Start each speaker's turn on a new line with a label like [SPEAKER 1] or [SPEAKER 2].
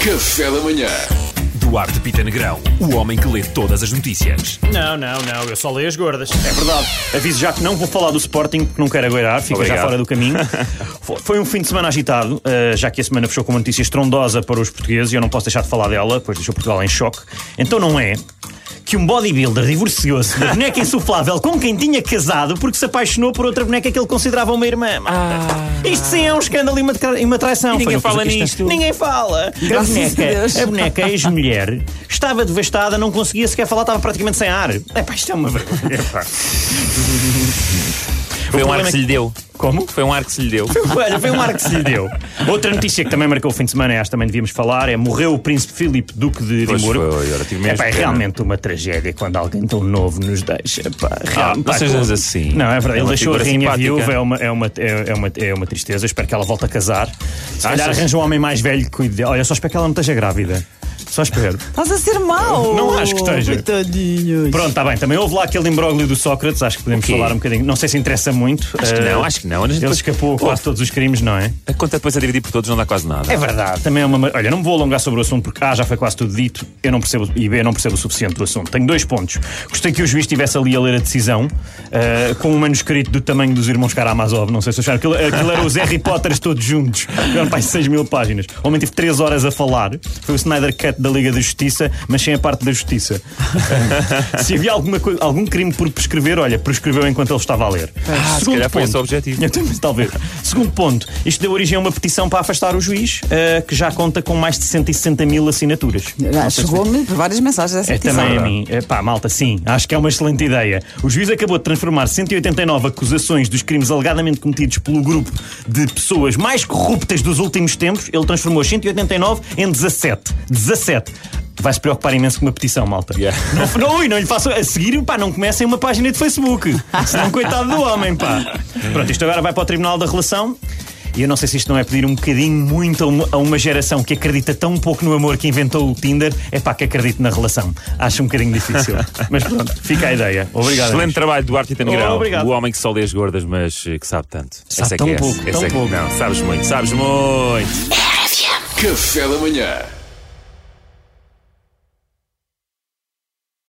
[SPEAKER 1] Café da Manhã.
[SPEAKER 2] Duarte Pita Negrão, o homem que lê todas as notícias.
[SPEAKER 3] Não, não, não, eu só leio as gordas.
[SPEAKER 4] É verdade. Aviso já que não vou falar do Sporting, porque não quero agueirar, fica
[SPEAKER 2] Obrigado.
[SPEAKER 4] já fora do caminho. Fo- Foi um fim de semana agitado, eh, já que a semana fechou com uma notícia estrondosa para os portugueses e eu não posso deixar de falar dela, pois deixou Portugal em choque. Então não é que um bodybuilder divorciou-se da boneca insuflável com quem tinha casado porque se apaixonou por outra boneca que ele considerava uma irmã.
[SPEAKER 5] Ah.
[SPEAKER 4] Isto sim é um escândalo e uma, tra- e uma traição.
[SPEAKER 3] E ninguém
[SPEAKER 4] Foi uma coisa
[SPEAKER 3] fala
[SPEAKER 4] que esta-
[SPEAKER 3] nisto.
[SPEAKER 4] Ninguém fala. A
[SPEAKER 5] Graças a Deus.
[SPEAKER 4] boneca, a boneca ex-mulher estava devastada, não conseguia sequer falar, estava praticamente sem ar. Epá, isto é uma vergonha. epá.
[SPEAKER 2] Foi um ar que
[SPEAKER 4] problema é
[SPEAKER 2] se lhe deu.
[SPEAKER 4] Como?
[SPEAKER 2] Foi um ar que se lhe deu.
[SPEAKER 4] Olha, foi um ar que se lhe deu. Outra notícia que também marcou o fim de semana, e acho que também devíamos falar, é morreu o príncipe Filipe, duque de
[SPEAKER 2] Pois
[SPEAKER 4] Edimburgo.
[SPEAKER 2] foi, olha, tive mesmo
[SPEAKER 4] Epá, um é
[SPEAKER 2] pena.
[SPEAKER 4] realmente uma tragédia quando alguém tão novo nos deixa. Epá, real-
[SPEAKER 2] não
[SPEAKER 4] pá,
[SPEAKER 2] sejas assim.
[SPEAKER 4] Ah, Não, é verdade.
[SPEAKER 2] É
[SPEAKER 4] ele
[SPEAKER 2] uma
[SPEAKER 4] deixou a
[SPEAKER 2] figura
[SPEAKER 4] rainha
[SPEAKER 2] simpática.
[SPEAKER 4] viúva, é uma, é, uma, é, é uma, é uma tristeza. Eu espero que ela volte a casar. Se calhar
[SPEAKER 2] Achas?
[SPEAKER 4] arranja um homem mais velho que cuide dela. Olha, só espero que ela não esteja grávida. Só espero.
[SPEAKER 5] Estás a ser mau!
[SPEAKER 4] Não acho que esteja.
[SPEAKER 5] Coitadinhos.
[SPEAKER 4] Pronto, está bem. Também houve lá aquele imbróglio do Sócrates, acho que podemos
[SPEAKER 2] O quê?
[SPEAKER 4] falar um bocadinho. Não sei se interessa muito.
[SPEAKER 2] Acho que
[SPEAKER 4] Eh,
[SPEAKER 2] não, acho que não. A gente
[SPEAKER 4] Ele
[SPEAKER 2] depois-
[SPEAKER 4] escapou a quase
[SPEAKER 2] Oh.
[SPEAKER 4] todos os crimes, não é?
[SPEAKER 2] A conta depois a dividir por todos não dá quase nada.
[SPEAKER 4] É verdade, também é uma. mar- Olha, não me vou alongar sobre o assunto porque A já foi quase tudo dito, eu não percebo e B não percebo o suficiente do assunto. Tenho dois pontos. Gostei que o juiz estivesse ali a ler a decisão ah, com um manuscrito do tamanho dos irmãos Karamazov, não sei se acharam. Aquilo, aquilo era os Harry Potters todos juntos. Eram para 6 mil páginas. O homem teve 3 horas a falar. Foi o Snyder Cut da Liga da Justiça, mas sem a parte da justiça. Ah, se havia alguma coi- algum crime por prescrever, olha, prescreveu enquanto ele estava a ler.
[SPEAKER 2] Ah, se
[SPEAKER 4] Segundo
[SPEAKER 2] calhar foi
[SPEAKER 4] ponto.
[SPEAKER 2] esse o objetivo.
[SPEAKER 4] Eu também, talvez. Segundo ponto, isto deu origem a uma petição para afastar o juiz, eh, que já conta com mais de 160 mil assinaturas.
[SPEAKER 5] Ah, Chegou-me várias mensagens essa
[SPEAKER 4] É
[SPEAKER 5] petição.
[SPEAKER 4] também a mim. É, pá, malta, sim, acho que é uma excelente ideia. O juiz acabou de transformar 189 acusações dos crimes alegadamente cometidos pelo grupo de pessoas mais corruptas dos últimos tempos. Ele transformou as 189 em 17. 17. Vai se preocupar imenso com uma petição, malta.
[SPEAKER 2] Yeah.
[SPEAKER 4] Não, não, ui, não lhe façam. A seguir, pá, não comecem uma página de Facebook. Senão, coitado do homem, pá. Pronto, isto agora vai para o Tribunal da Relação. E eu não sei se isto não é pedir um bocadinho muito a uma, a uma geração que acredita tão pouco no amor que inventou o Tinder, é pá, que acredite na relação. Acho um bocadinho difícil. Mas pronto, fica a ideia. Obrigado.
[SPEAKER 2] Excelente
[SPEAKER 4] amigos.
[SPEAKER 2] trabalho, Duarte e Negrão.
[SPEAKER 4] Oh, obrigado.
[SPEAKER 2] O homem que só lê as gordas, mas eh, que sabe tanto.
[SPEAKER 4] Sabe
[SPEAKER 2] Essa é
[SPEAKER 4] tão
[SPEAKER 2] que é,
[SPEAKER 4] pouco,
[SPEAKER 2] essa
[SPEAKER 4] tão
[SPEAKER 2] é que-
[SPEAKER 4] pouco.
[SPEAKER 2] Não, sabes muito, sabes muito.
[SPEAKER 1] Café da Manhã.